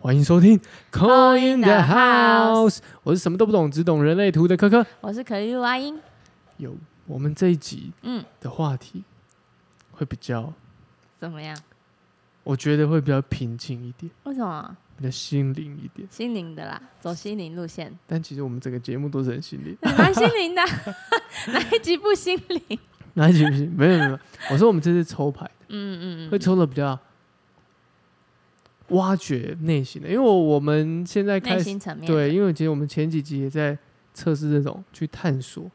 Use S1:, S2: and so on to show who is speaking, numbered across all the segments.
S1: 欢迎收听《Call in the
S2: the
S1: House
S2: House》，
S1: 我是什么都不懂，只懂人类图的科科。
S2: 我是可丽露阿英，
S1: 有我们这一集
S2: 嗯，
S1: 的话题会比较，
S2: 怎么样？
S1: 我觉得会比较平静一点，
S2: 为什么
S1: 比较心灵一点。
S2: 心灵的啦？走心灵路线，，
S1: 但其实我们整个节目都是很心灵
S2: 蛮心灵的，哪一集不心灵？
S1: 哪一集不行？没有没有没有，我说我们这次抽牌
S2: 嗯嗯
S1: 会
S2: 嗯，
S1: 抽的比较挖掘内心的，因为我们现在开
S2: 嗯内
S1: 始
S2: 心层面的，
S1: 对，因为其实我们前几集也在测试这种去探索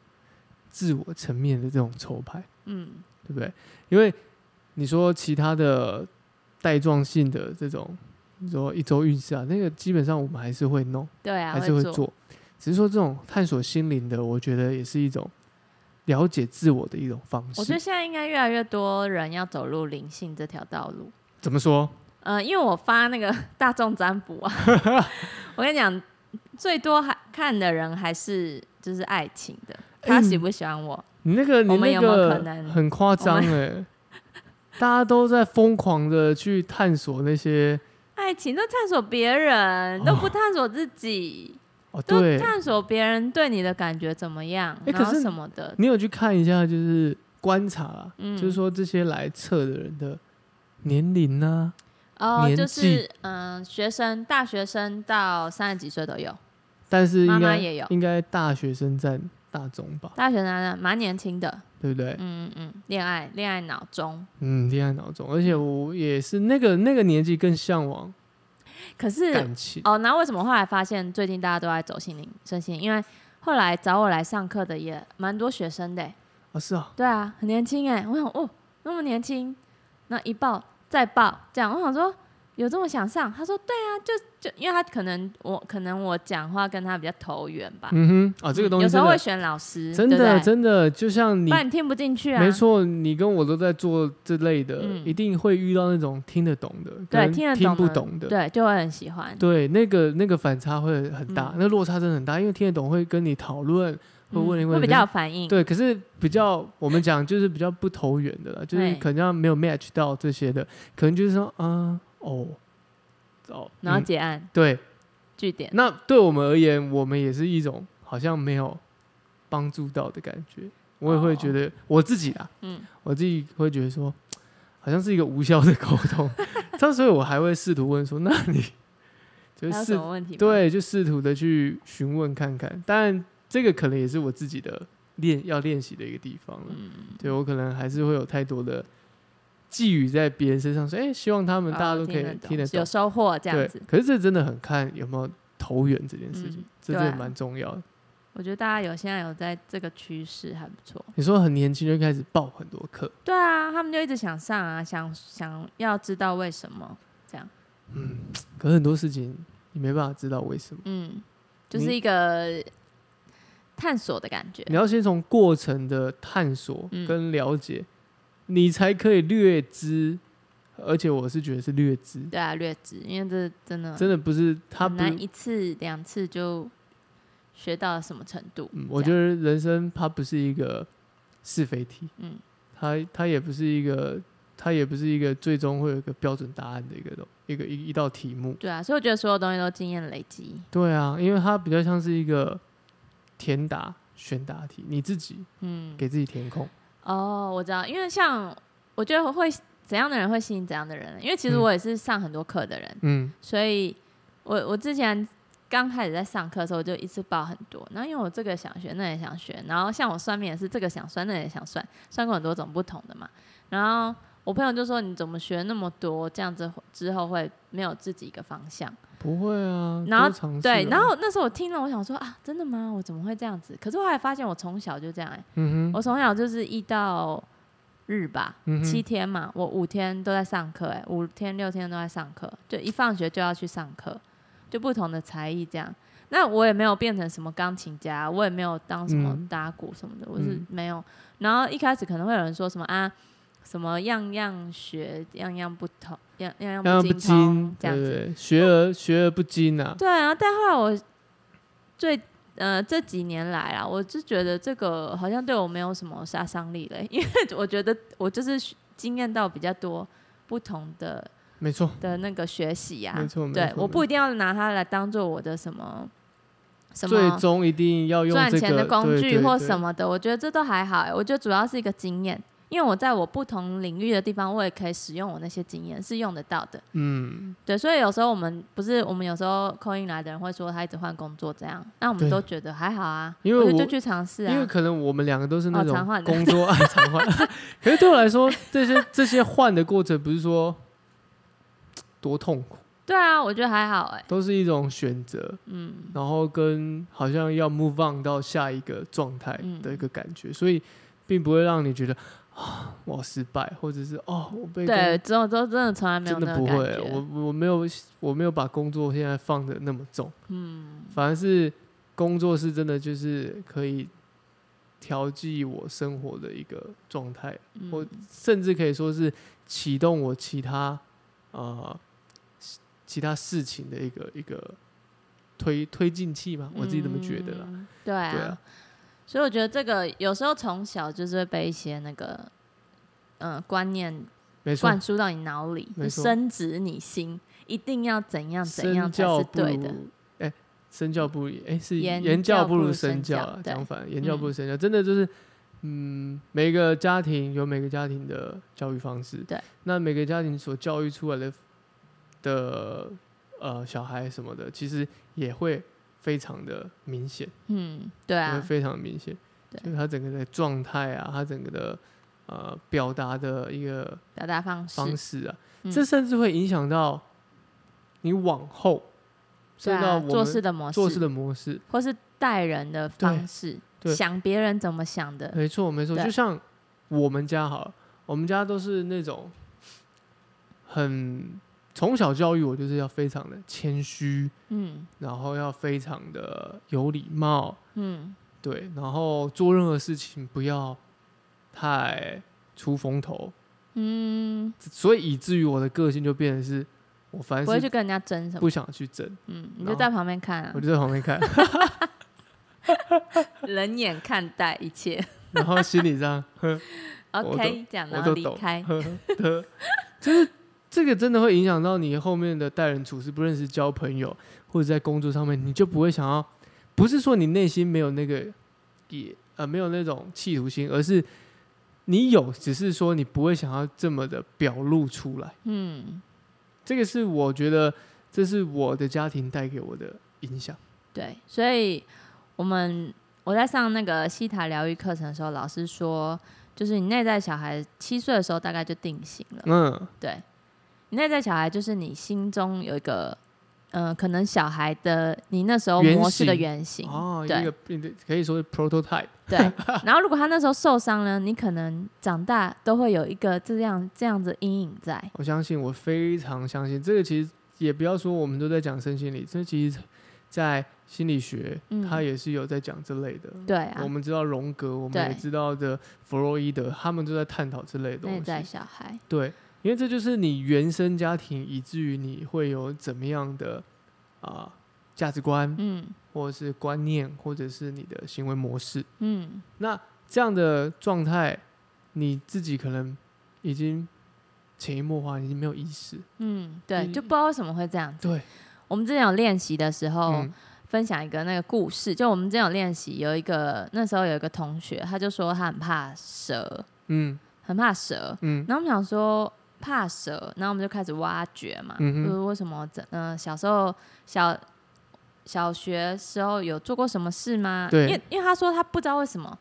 S1: 自我层面的这种抽牌，
S2: 嗯，
S1: 对不对？因为你说其他的带状性的这种，你说一周运势啊，那个基本上我们还是会弄，
S2: 对啊，
S1: 还是会
S2: 做，
S1: 做，只是说这种探索心灵的，我觉得也是一种了解自我的一种方
S2: 我觉
S1: 式
S2: 得。现在应该越来越多人要走入灵性这条道路。
S1: 怎么说？
S2: 呃，因为我发那个大众占卜 啊，我跟你讲，最多还看的人还是就是爱情的，他喜不喜欢我？
S1: 你那个，你
S2: 我们
S1: 那
S2: 有没有可
S1: 个
S2: 能
S1: 很夸张
S2: 我
S1: 哎！大家都在疯狂的去探索那些
S2: 爱情都探索别人，都不探索自己，
S1: 哦，
S2: 都
S1: 对，
S2: 探索别人对你的感觉怎么样，
S1: 诶可
S2: 然后
S1: 是
S2: 什么的。
S1: 你有去看一下，就是观察啊，
S2: 嗯
S1: 就是说这些来测的人的年龄啊呢、
S2: 哦，
S1: 年
S2: 就
S1: 纪
S2: 是嗯，学生、大学生到三十几岁都有，
S1: 但是应
S2: 妈妈
S1: 该
S2: 也有
S1: 应该大学生占大宗吧，
S2: 大学生蛮年轻的，
S1: 对不对？
S2: 嗯嗯嗯，恋爱恋爱脑中，
S1: 嗯，恋爱脑中，而且我也是那个那个年纪更向往
S2: 可是
S1: 感情，
S2: 哦，那为什么后来发现最近大家都在走心灵身心灵？因为后来找我来上课的也蛮多学生的欸、
S1: 啊，是啊，
S2: 对啊，很年轻哎、我想哦，那么年轻，那一报再报这样，我想说有这么想上？他说对啊，就就因为他可能我可能我讲话跟他比较投缘吧，
S1: 嗯哼，啊，这个东西
S2: 有时
S1: 真
S2: 候会
S1: 的
S2: 选老师，
S1: 真
S2: 对不
S1: 的
S2: 对
S1: 真的，就像你
S2: 不然你听不进去啊，
S1: 没，错，你跟我都在做这类的，
S2: 嗯
S1: 一定会遇到那种听得懂的，跟
S2: 听得
S1: 听
S2: 懂
S1: 不
S2: 的
S1: 懂的，
S2: 对，就会很喜欢，
S1: 对，那个那个反差会很大，
S2: 嗯
S1: 那落差真的很大，因为听得懂会跟你讨论，会问一
S2: 嗯
S1: 问，
S2: 比较有反应，
S1: 可是对，可是比较我们讲就是比较不投缘的了，就是
S2: 对
S1: 可能没有 match 到这些的，可能就是说，嗯，哦，哦，
S2: 然后
S1: 嗯
S2: 结案
S1: 对，
S2: 据点，
S1: 那对我们而言，我们也是一种好像没有帮助到的感觉，我也会觉
S2: 哦
S1: 得、我自己啦，
S2: 嗯，
S1: 我自己会觉得说，好像是一个无效的沟通， 这所以我还会试图问说，那你嗯就
S2: 还有
S1: 是
S2: 什
S1: 试
S2: 么问题吗？
S1: 对，就试图的去询问看看。当然，这个可能也是我自己的练要练习的一个地方了。
S2: 嗯
S1: 对我可能还是会有太多的寄语在别人身上，说：“哎、希望他们大家
S2: 哦
S1: 都可以听得
S2: 有
S1: 懂。
S2: 收获这样
S1: 对
S2: 子。，
S1: 可是这真的很看有没有投缘这件事情，
S2: 嗯
S1: 这
S2: 对
S1: 真的
S2: 啊
S1: 蛮重要的。
S2: 我觉得大家有现在有在这个趋势还不错。
S1: 你说很年轻就开始报很多课，
S2: 对啊，他们就一直想上啊，想想要知道为什么这样。
S1: 可是很多事情你没办法知道为什么。
S2: 嗯，就是一个探索的感觉。
S1: 你要先从过程的探索
S2: 嗯
S1: 跟了解，你才可以略知，而且我是觉得是略知，
S2: 对啊，略知，因为这真的
S1: 真的不是他
S2: 嗯很
S1: 不，
S2: 难一次两次就学到什么程度。
S1: 嗯我觉
S2: 这样
S1: 得人生它不是一个是非题，
S2: 嗯，
S1: 它它也不是一个，它也不是一个最终会有一个标准答案的一个东一个一一道题目。
S2: 对啊，所以我觉得所有东西都经验累积。
S1: 对啊，因为它比较像是一个填答选答题，你自己
S2: 嗯，
S1: 给自己填空。
S2: 哦，我知道，因为像我觉得会怎样的人会吸引怎样的人，因为其实
S1: 嗯
S2: 我也是上很多课的人。
S1: 嗯，
S2: 所以我我之前刚开始在上课的时候，我就一次报很多。然后因为我这个想学，那也想学，然后像我算命也是这个想算，那也想算，算过很多种不同的嘛。然后我朋友就说：“你怎么学那么多？这样子之后会没有自己一个方向。
S1: 不会啊，
S2: 然后
S1: 多尝试
S2: 对，
S1: 啊
S2: 然后那时候我听了，我想说啊，真的吗？我怎么会这样子？可是我还发现我从小就这样、欸，
S1: 嗯哼，
S2: 我从小就是一到日吧，
S1: 嗯哼
S2: 七天嘛，我五天都在上课，哎，五天六天都在上课，就一放学就要去上课，就不同的才艺这样。那我也没有变成什么钢琴家，我也没有当什么
S1: 嗯
S2: 打鼓什么的，我是
S1: 嗯
S2: 没有。然后一开始可能会有人说什么啊，什么样样学，样样不同，样样样
S1: 样样
S2: 不
S1: 不
S2: 精通
S1: 精，
S2: 这样
S1: 对
S2: 子。
S1: 对对学而学而不精 啊。
S2: 对啊，但后来我最呃这几年来啊，我就觉得这个好像对我没有什么 杀伤力了，因为我觉得我就是经验到比较多不同的
S1: 没错，
S2: 的那个学习呀、
S1: 没错没
S2: 啊对，
S1: 错
S2: 我
S1: 没
S2: 不一定要拿它来当做我的什么什
S1: 最
S2: 么
S1: 终一定要用
S2: 赚
S1: 这
S2: 钱
S1: 个
S2: 的工具或什
S1: 么。
S2: 么的，我觉得这都还好、欸。我觉得主要是一个经验，因为我在我不同领域的地方，我也可以使用我那些经验，是用得到的。
S1: 嗯，
S2: 对，所以有时候我们不是我们有时候扣印来的人会说他一直换工作这样，那我们
S1: 对
S2: 都觉得还好啊，
S1: 因为
S2: 我觉得
S1: 我
S2: 就去尝试
S1: 因为
S2: 啊。
S1: 可能我们两个都是那
S2: 哦常换
S1: 种
S2: 的
S1: 工作 爱常换，可是对我来说，这些这些换的过程不是说多痛苦，
S2: 对啊，我觉得还好哎、
S1: 都是一种选择，
S2: 嗯，
S1: 然后跟好像要 move on 到下一个状态
S2: 嗯
S1: 的一个感觉，所以并不会让你觉得啊我好失败，或者是哦我被工
S2: 对，之后都真的从来没有
S1: 真
S2: 那
S1: 的
S2: 种
S1: 不
S2: 感
S1: 会
S2: 觉。，
S1: 我我没有我没有把工作现在放的那么重，
S2: 嗯，
S1: 反而是工作是真的就是可以调剂我生活的一个状态，
S2: 嗯
S1: 我甚至可以说是启动我其他呃其其他事情的一个一个推推进器嘛，我自己这么觉得啦。
S2: 嗯对啊，
S1: 对啊，
S2: 所以我觉得这个有时候从小就是会被一些那个嗯、呃观念
S1: 没错
S2: 灌，输到你脑里，
S1: 没
S2: 就
S1: 错
S2: 深植你心，一定要怎样怎样
S1: 身
S2: 才
S1: 教
S2: 是
S1: 不如
S2: 对的。
S1: 哎、身教不如哎、是
S2: 言
S1: 言
S2: 教
S1: 教
S2: 不
S1: 不如
S2: 如
S1: 身
S2: 身教
S1: 啊，
S2: 对
S1: 讲反了言教不如身教，真的就是嗯，每个家庭有每个家庭的教育方式，
S2: 对，
S1: 那每个家庭所教育出来的的呃小孩什么的，其实也会非常的明显，
S2: 嗯，对
S1: 也会
S2: 啊，
S1: 非常明显，
S2: 对
S1: 就是他整个的状态啊，他整个的呃表达的一个
S2: 表达方式，
S1: 方式啊，
S2: 嗯
S1: 这甚至会影响到你往后，
S2: 对
S1: 甚至到
S2: 啊，
S1: 我
S2: 做
S1: 们
S2: 事的模式，
S1: 做事的模式。
S2: 或是待人的方式，
S1: 对
S2: 想别人怎么想的，
S1: 没错，没错，
S2: 对
S1: 就像我们家好了，我们家都是那种很从小教育我就是要非常的谦虚，
S2: 嗯
S1: 然后要非常的有礼貌，
S2: 嗯
S1: 对，然后做任何事情不要太出风头，
S2: 嗯，
S1: 所以以至于我的个性就变成是我凡
S2: 不会去
S1: 事
S2: 跟人家争什么，
S1: 不想去争，
S2: 嗯，
S1: 然
S2: 你就
S1: 后
S2: 在旁边看啊
S1: 我，就在旁边 看，
S2: 冷眼看待一切
S1: 然后心理上呵都
S2: ，OK，这样
S1: 我
S2: 然后
S1: 都
S2: 离
S1: 懂，
S2: 开，
S1: 呵呵呵就是这个真的会影响到你后面的待人处事，不认识交朋友或者在工作上面，你就不会想要，不是说你内心没有那个也呃没有那种企图心，而是你有，只是说你不会想要这么的表露出来。
S2: 嗯，
S1: 这个是我觉得，这是我的家庭带给我的影响。
S2: 对，所以我们我在上那个西塔疗愈课程的时候，老师说，就是你内在小孩七岁的时候大概就定型了。
S1: 嗯，
S2: 对，你内在小孩就是你心中有一个，嗯、可能小孩的你那时候
S1: 原
S2: 模式的
S1: 型
S2: 原型，
S1: 哦，一
S2: 对
S1: 个可以说是 prototype，
S2: 对。然后如果他那时候受伤呢，你可能长大都会有一个这样这样子阴影在。
S1: 我相信，我非常相信这个。其实也不要说我们都在讲身心理，这其实，在心理学，
S2: 嗯
S1: 它也是有在讲这类的。
S2: 对啊
S1: 我，们知道荣格，我们
S2: 对
S1: 也知道的弗洛伊德，他们都在探讨这类的
S2: 内
S1: 东
S2: 在
S1: 西。
S2: 小孩，
S1: 对，因为这就是你原生家庭，以至于你会有怎么样的啊、价值观，
S2: 嗯
S1: 或者是观念，或者是你的行为模式。
S2: 嗯，
S1: 那这样的状态，你自己可能已经潜移默化，已经没有意识。
S2: 嗯，对，
S1: 嗯
S2: 就不知道为什么会这样子。
S1: 对，
S2: 我们之前有练习的时候，
S1: 嗯
S2: 分享一个那个故事，就我们之前有练习，有一个那时候有一个同学，他就说他很怕蛇，
S1: 嗯
S2: 很怕蛇。
S1: 嗯
S2: 然后我们想说怕蛇，然后我们就开始挖掘嘛，
S1: 嗯哼
S2: 就是为什么这嗯、小时候小小学时候有做过什么事吗？
S1: 对
S2: 因为因为他说他不知道为什么，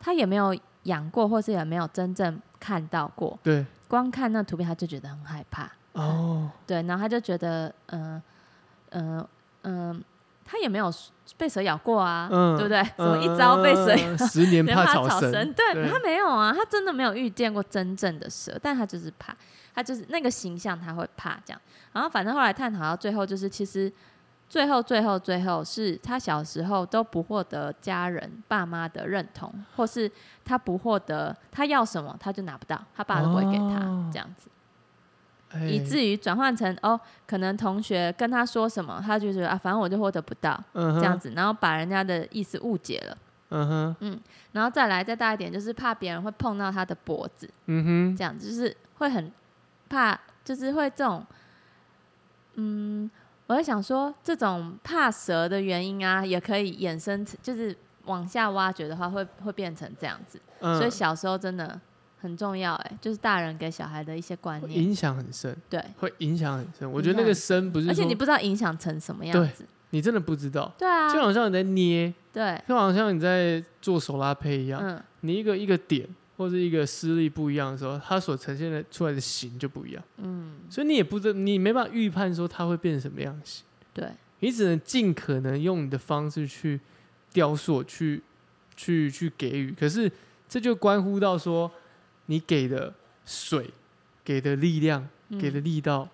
S2: 他也没有养过，或是也没有真正看到过，
S1: 对，
S2: 光看那图片他就觉得很害怕。
S1: 哦，
S2: 对，然后他就觉得，嗯嗯嗯，他也没有被蛇咬过啊，
S1: 嗯
S2: 对不对？怎么一朝被蛇咬，
S1: 咬，呃十年
S2: 人
S1: 怕
S2: 草
S1: 绳，
S2: 对
S1: 对
S2: 他没有啊，他真的没有遇见过真正的蛇，但他就是怕，他就是那个形象他会怕这样。然后反正后来探讨到最后，就是其实最后最后最后是他小时候都不获得家人爸妈的认同，或是他不获得他要什么他就拿不到，他爸都不会给他、
S1: 哦
S2: 这样子。
S1: 哎
S2: 以至于转换成哦，可能同学跟他说什么，他就觉得啊，反正我就获得不到
S1: 嗯
S2: 这
S1: 哼
S2: 样，子，然后把人家的意思误解了，
S1: 嗯哼，
S2: 然后再来再大一点，就是怕别人会碰到他的脖子，
S1: 嗯哼，
S2: 这样子就是会很怕就是会这种，嗯，我在想说，这种怕蛇的原因啊，也可以衍生成，就是往下挖掘的话会，会变成这样子。
S1: 嗯，
S2: 所以小时候真的很重要、哎，就是大人给小孩的一些观
S1: 会
S2: 念，
S1: 影响很深，
S2: 对。
S1: 会影响很深。我觉得那个深不是
S2: 嗯而且
S1: 说
S2: 你不知道影响成什么样
S1: 对
S2: 子，
S1: 你真的不知道，
S2: 对啊，
S1: 就好像你在捏，
S2: 对，
S1: 就好像你在做手拉胚一样，
S2: 嗯，
S1: 你一个一个点或者一个施力不一样的时候，它所呈现的出来的形就不一样。嗯，所以你也不知道，你没办法预判说它会变成什么样型，
S2: 对，
S1: 你只能尽可能用你的方式去雕塑、去去去给予。可是这就关乎到说你给的水、给的力量、
S2: 嗯
S1: 给的力道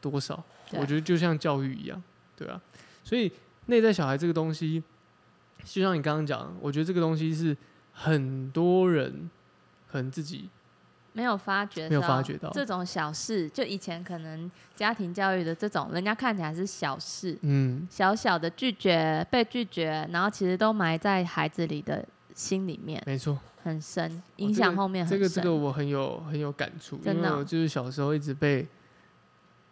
S1: 多少。
S2: 对
S1: 我觉得就像教育一样，对啊，所以内在小孩这个东西，就像你刚刚讲，我觉得这个东西是很多人可能自己
S2: 没有发觉，
S1: 没有发觉到
S2: 这种小事，就以前可能家庭教育的这种，人家看起来是小事，
S1: 嗯
S2: 小小的拒绝被拒绝，然后其实都埋在孩子里的心里面
S1: 没错，
S2: 很深，影响后面很
S1: 哦这
S2: 深。
S1: 个这个我很有很有感触，
S2: 真
S1: 因为
S2: 的哦
S1: 我就是小时候一直被，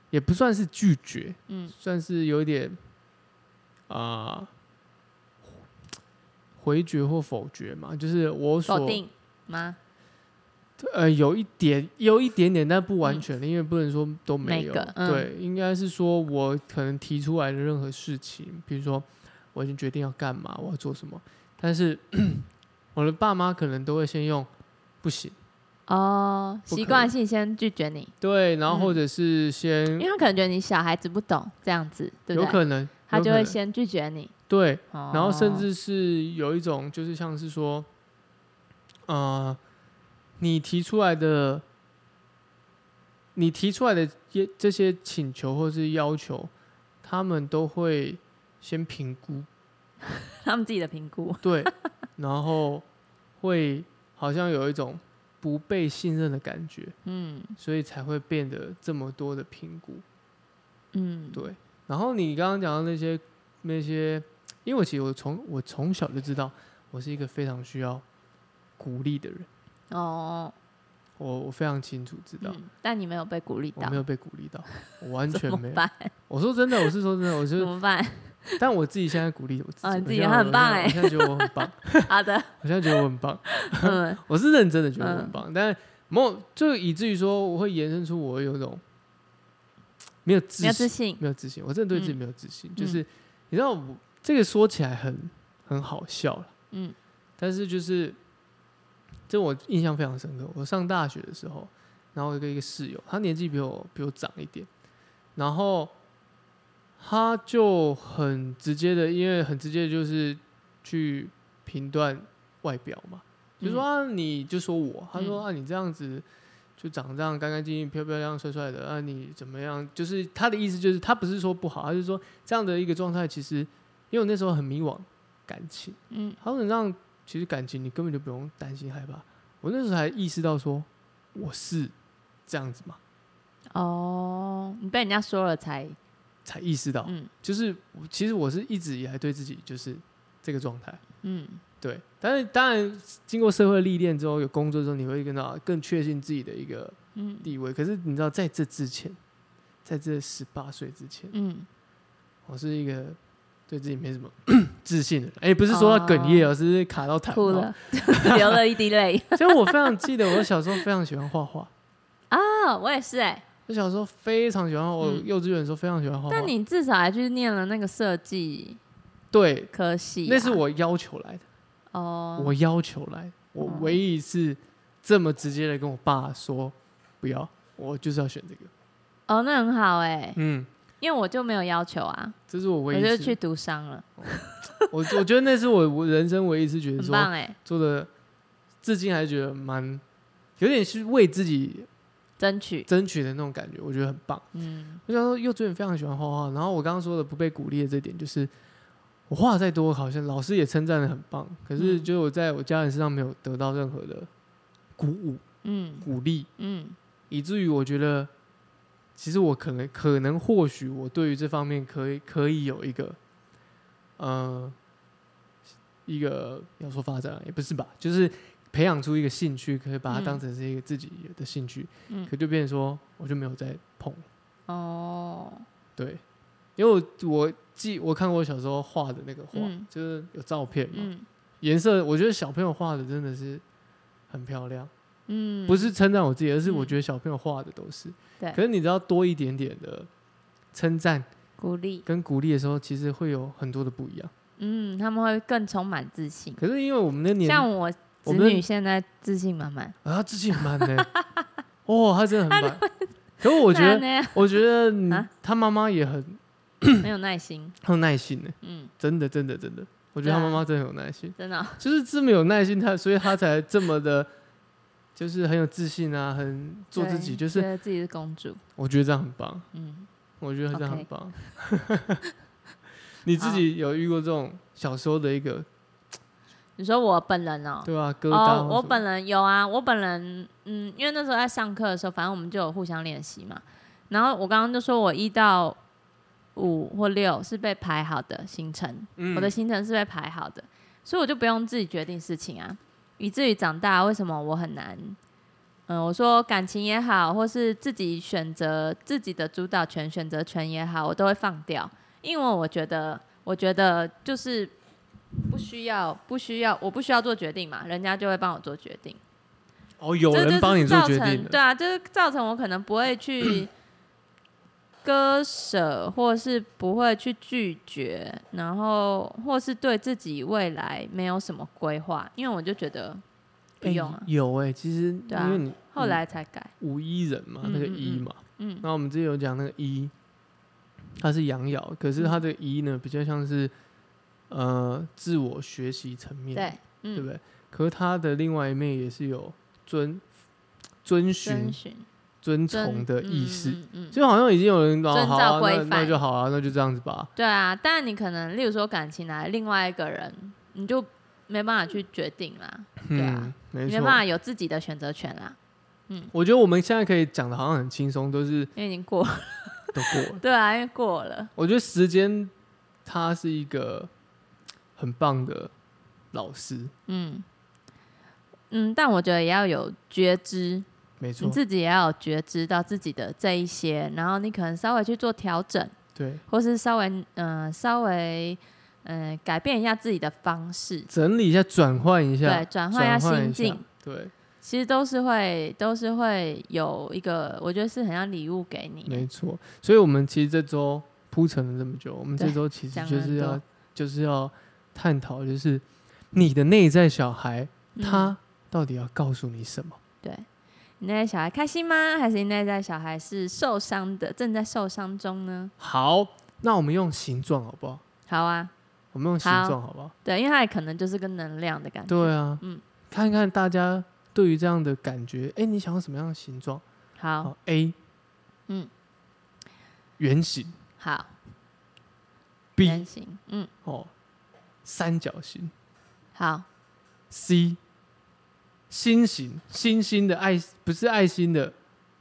S1: 也不算是拒绝，
S2: 嗯
S1: 算是有一点啊、回绝或否决嘛，就是我所
S2: 否定吗？
S1: 呃，有一点，有一点点，但不完全的，因为不能说都没
S2: 每
S1: 有。
S2: 嗯个嗯
S1: 对，应该是说我可能提出来的任何事情，比如说我已经决定要干嘛，我要做什么，但是 我的爸妈可能都会先用不行，
S2: 哦，
S1: 不可
S2: 习惯性先拒绝你，
S1: 对，然后或者是
S2: 嗯因
S1: 先、
S2: 为他可能觉得你小孩子不懂这样子，对不
S1: 有
S2: 对？
S1: 可能，
S2: 他
S1: 有
S2: 就
S1: 可
S2: 会
S1: 能
S2: 先拒绝你，哦
S1: 对，
S2: 然
S1: 然后甚至是有一种就是像是说，呃，你提出来的，你提出来的也这些请求或是要求，他们都会先评估，
S2: 他们自己的评估，
S1: 对，然后会好像有一种不被信任的感觉，
S2: 嗯
S1: 所以才会变得这么多的评估。
S2: 嗯，
S1: 对，然后你刚刚讲到那些那些，因为我其实我从我从小就知道我是一个非常需要鼓励的人，
S2: 哦，
S1: 我我非常清楚知道，
S2: 嗯，但你没有被鼓励
S1: 我
S2: 到
S1: 没，有被鼓励 到，我完
S2: 怎
S1: 全没
S2: 么
S1: 有。
S2: 办？
S1: 我说真的，我是说真的，我
S2: 怎
S1: 就
S2: 么办？
S1: 但我自己现在鼓励我自己，
S2: 啊
S1: 我
S2: 你自己
S1: 现在
S2: 很
S1: 我
S2: 棒欸
S1: 现在我现在觉得我很棒，
S2: 好的，
S1: 我现在觉得我很棒，
S2: 嗯，
S1: 我是认真的觉得我很棒，但某就以至于说我会延伸出我有一种没有自
S2: 没有自
S1: 信。
S2: 信，
S1: 没有自信，我真的对自己没有自信。就
S2: 嗯
S1: 是你知道我，这个说起来很很好笑了，
S2: 嗯，
S1: 但是就是这我印象非常深刻。我上大学的时候，然后我有一个一个室友，他年纪比我比我长一点，然后他就很直接的，因为很直接就是去评断外表嘛，就说、
S2: 嗯
S1: 啊、你就说我，他说啊你这样子就长这样干干净净、漂漂亮亮、帅帅的，啊你怎么样？就是他的意思就是他不是说不好，他是说这样的一个状态，其实因为我那时候很迷惘感情，
S2: 嗯
S1: 他说你这样其实感情你根本就不用担心害怕。我那时候才意识到说我是这样子嘛，
S2: 哦，你被人家说了才，
S1: 才意识到，
S2: 嗯
S1: 就是我其实我是一直以来对自己就是这个状态。
S2: 嗯
S1: 对，但是当然，经过社会历练之后，有工作之后，你会更到更确信自己的一个
S2: 嗯
S1: 地位。可是你知道，在这之前，在这十八岁之前，
S2: 嗯，
S1: 我是一个对自己没什么 自信的人。哎、不是说到哽咽哦，而是卡到痰
S2: 哭
S1: 哦。
S2: 了， 流了一滴泪
S1: 所以我非常记得，我小时候非常喜欢画画。
S2: 啊！我也是哎，
S1: 我小时候非常喜欢画画，我
S2: 嗯
S1: 幼稚园的时候非常喜欢画画。
S2: 但你至少还去念了那个设计
S1: 对，
S2: 科系啊，
S1: 那是我要求来的，
S2: 哦，
S1: 我要求来的，我
S2: 嗯
S1: 唯一一次这么直接的跟我爸说不要，我就是要选这个。
S2: 哦，那很好哎，
S1: 嗯。
S2: 因为我就没有要求啊，
S1: 这是我
S2: 我
S1: 唯一一
S2: 就
S1: 次
S2: 去读商了，
S1: 我我觉得那是我我人生唯一一次觉得
S2: 很
S1: 说
S2: 棒哎，
S1: 做的，至今还觉得蛮有点是为自己
S2: 争取，
S1: 争取的那种感觉，我觉得很棒。
S2: 嗯
S1: 我想说幼稚园非常喜欢画画，然后我刚刚说的不被鼓励的这点就是。我画得再多，好像老师也称赞的很棒，可是
S2: 嗯
S1: 就是我在我家人身上没有得到任何的鼓舞、
S2: 嗯
S1: 鼓励，
S2: 嗯
S1: 以至于我觉得，其实我可能可能或许我对于这方面可以可以有一个，呃，一个要说发展啊也不是吧，就是培养出一个兴趣，可以把它
S2: 嗯
S1: 当成是一个自己的兴趣，
S2: 嗯
S1: 可就变成说我就没有在碰。
S2: 哦，
S1: 对，因为我我记我看过我小时候画的那个画，
S2: 嗯
S1: 就是有照片嘛，
S2: 嗯
S1: 颜色我觉得小朋友画的真的是很漂亮，
S2: 嗯，
S1: 不是称赞我自己，而是我
S2: 嗯
S1: 觉得小朋友画的都是。
S2: 对
S1: 可是你知道多一点点的称赞
S2: 鼓励，
S1: 跟鼓励的时候，其实会有很多的不一样。
S2: 嗯，他们会更充满自信。
S1: 可是因为我们那年
S2: 像我
S1: 我
S2: 子
S1: 们
S2: 女现在自信满满，
S1: 啊，他自己很慢呢、 哦，他真的 很慢。可是我觉
S2: 那
S1: 得，
S2: 呢
S1: 我觉得嗯
S2: 啊
S1: 他妈妈也很
S2: 没有耐心，
S1: 很有耐心呢、
S2: 嗯，
S1: 真的，真的，真的，我觉得
S2: 对啊
S1: 他妈妈真的很有耐心。
S2: 真的哦、
S1: 就是这么有耐心，他所以他才这么的，就是很有自信啊，很做自己。
S2: 对
S1: 就是
S2: 觉得自己是公主，
S1: 我觉得这样很棒，
S2: 嗯，
S1: 我觉得这样很
S2: OK
S1: 棒。 你自己有遇过这种小时候的一个
S2: 你说我本人哦、
S1: 对吧、啊？疙瘩
S2: 哦，
S1: 或
S2: 我
S1: 什么
S2: 本人有啊，我本人，嗯，因为那时候在上课的时候，反正我们就有互相练习嘛。然后我刚刚就说我一到五或六是被排好的行程，
S1: 嗯
S2: 我的行程是被排好的，所以我就不用自己决定事情啊。以至于长大，为什么我很难？嗯，我说感情也好，或是自己选择自己的主导权、选择权也好，我都会放掉，因为我觉得，我觉得就是不需要，不需要，我不需要做决定嘛，人家就会帮我做决定。
S1: 哦，有
S2: 这就
S1: 人
S2: 是
S1: 帮你做
S2: 造
S1: 决
S2: 成
S1: 定的，
S2: 对啊，就是造成我可能不 会去割舍，或是不会去拒绝，然后或是对自己未来没有什么规划，因为我就觉得不
S1: 哎嗯
S2: 用啊，
S1: 有哎、其实
S2: 对啊
S1: 因为你
S2: 后来才改，
S1: 五一人嘛，那个
S2: 嗯嗯
S1: 一嘛，
S2: 嗯
S1: 那我们之前有讲那个一，它是阳爻，可是它
S2: 嗯
S1: 的一呢比较像是呃自我学习层面，
S2: 对，嗯，
S1: 对不对？可是它的另外一面也是有遵遵
S2: 遵
S1: 循、
S2: 循
S1: 遵
S2: 遵
S1: 从的意识，
S2: 嗯嗯嗯嗯
S1: 就好像已经有人哦，
S2: 遵
S1: 好
S2: 照
S1: 啊，那
S2: 规
S1: 那
S2: 范
S1: 就好啊，那就这样子吧。
S2: 对啊，但你可能例如说感情来另外一个人，你就没办法去决定啦，对啊
S1: 嗯，没
S2: 你没
S1: 错
S2: 办。法有自己的选择权啦，
S1: 我觉得我们现在可以讲的好像很轻松，都是
S2: 因为已经过了，
S1: 都过 了。
S2: 对啊，因为过了，
S1: 我觉得时间它是一个很棒的老师，
S2: 嗯，嗯，但我觉得也要有觉知，
S1: 没
S2: 你
S1: 错，
S2: 自己也要有觉知到自己的这一些，然后你可能稍微去做调整，
S1: 对。
S2: 或是稍微嗯、呃稍微嗯、呃改变一下自己的方式，
S1: 整理一下，转换一下
S2: 对，，转换一下
S1: 转换
S2: 心
S1: 一下
S2: 境，，
S1: 对，
S2: 其实都是会都是会有一个，我觉得是很像礼物给你
S1: 没
S2: 的，
S1: 错。所以，我们其实这周铺陈了这么久，我们这
S2: 对
S1: 周其实
S2: 讲了
S1: 就是
S2: 很多
S1: 要就是要探讨，就是你的内在小孩
S2: 嗯
S1: 他到底要告诉你什么？
S2: 对。你内在小孩开心吗？还是你内在小孩是受伤的，正在受伤中呢？
S1: 好，那我们用形状好不好？
S2: 好啊，
S1: 我们用形
S2: 好
S1: 状好不好？
S2: 对，因为它也可能就是跟能量的感觉。
S1: 对啊，
S2: 嗯
S1: 看看大家对于这样的感觉，哎、你想要什么样的形状？
S2: 好，
S1: 好，A，
S2: 嗯，
S1: 圆形
S2: 好，
S1: ，B
S2: 圆形，嗯，
S1: 哦，三角形。
S2: 好，
S1: C，心形，星星的爱不是爱心的，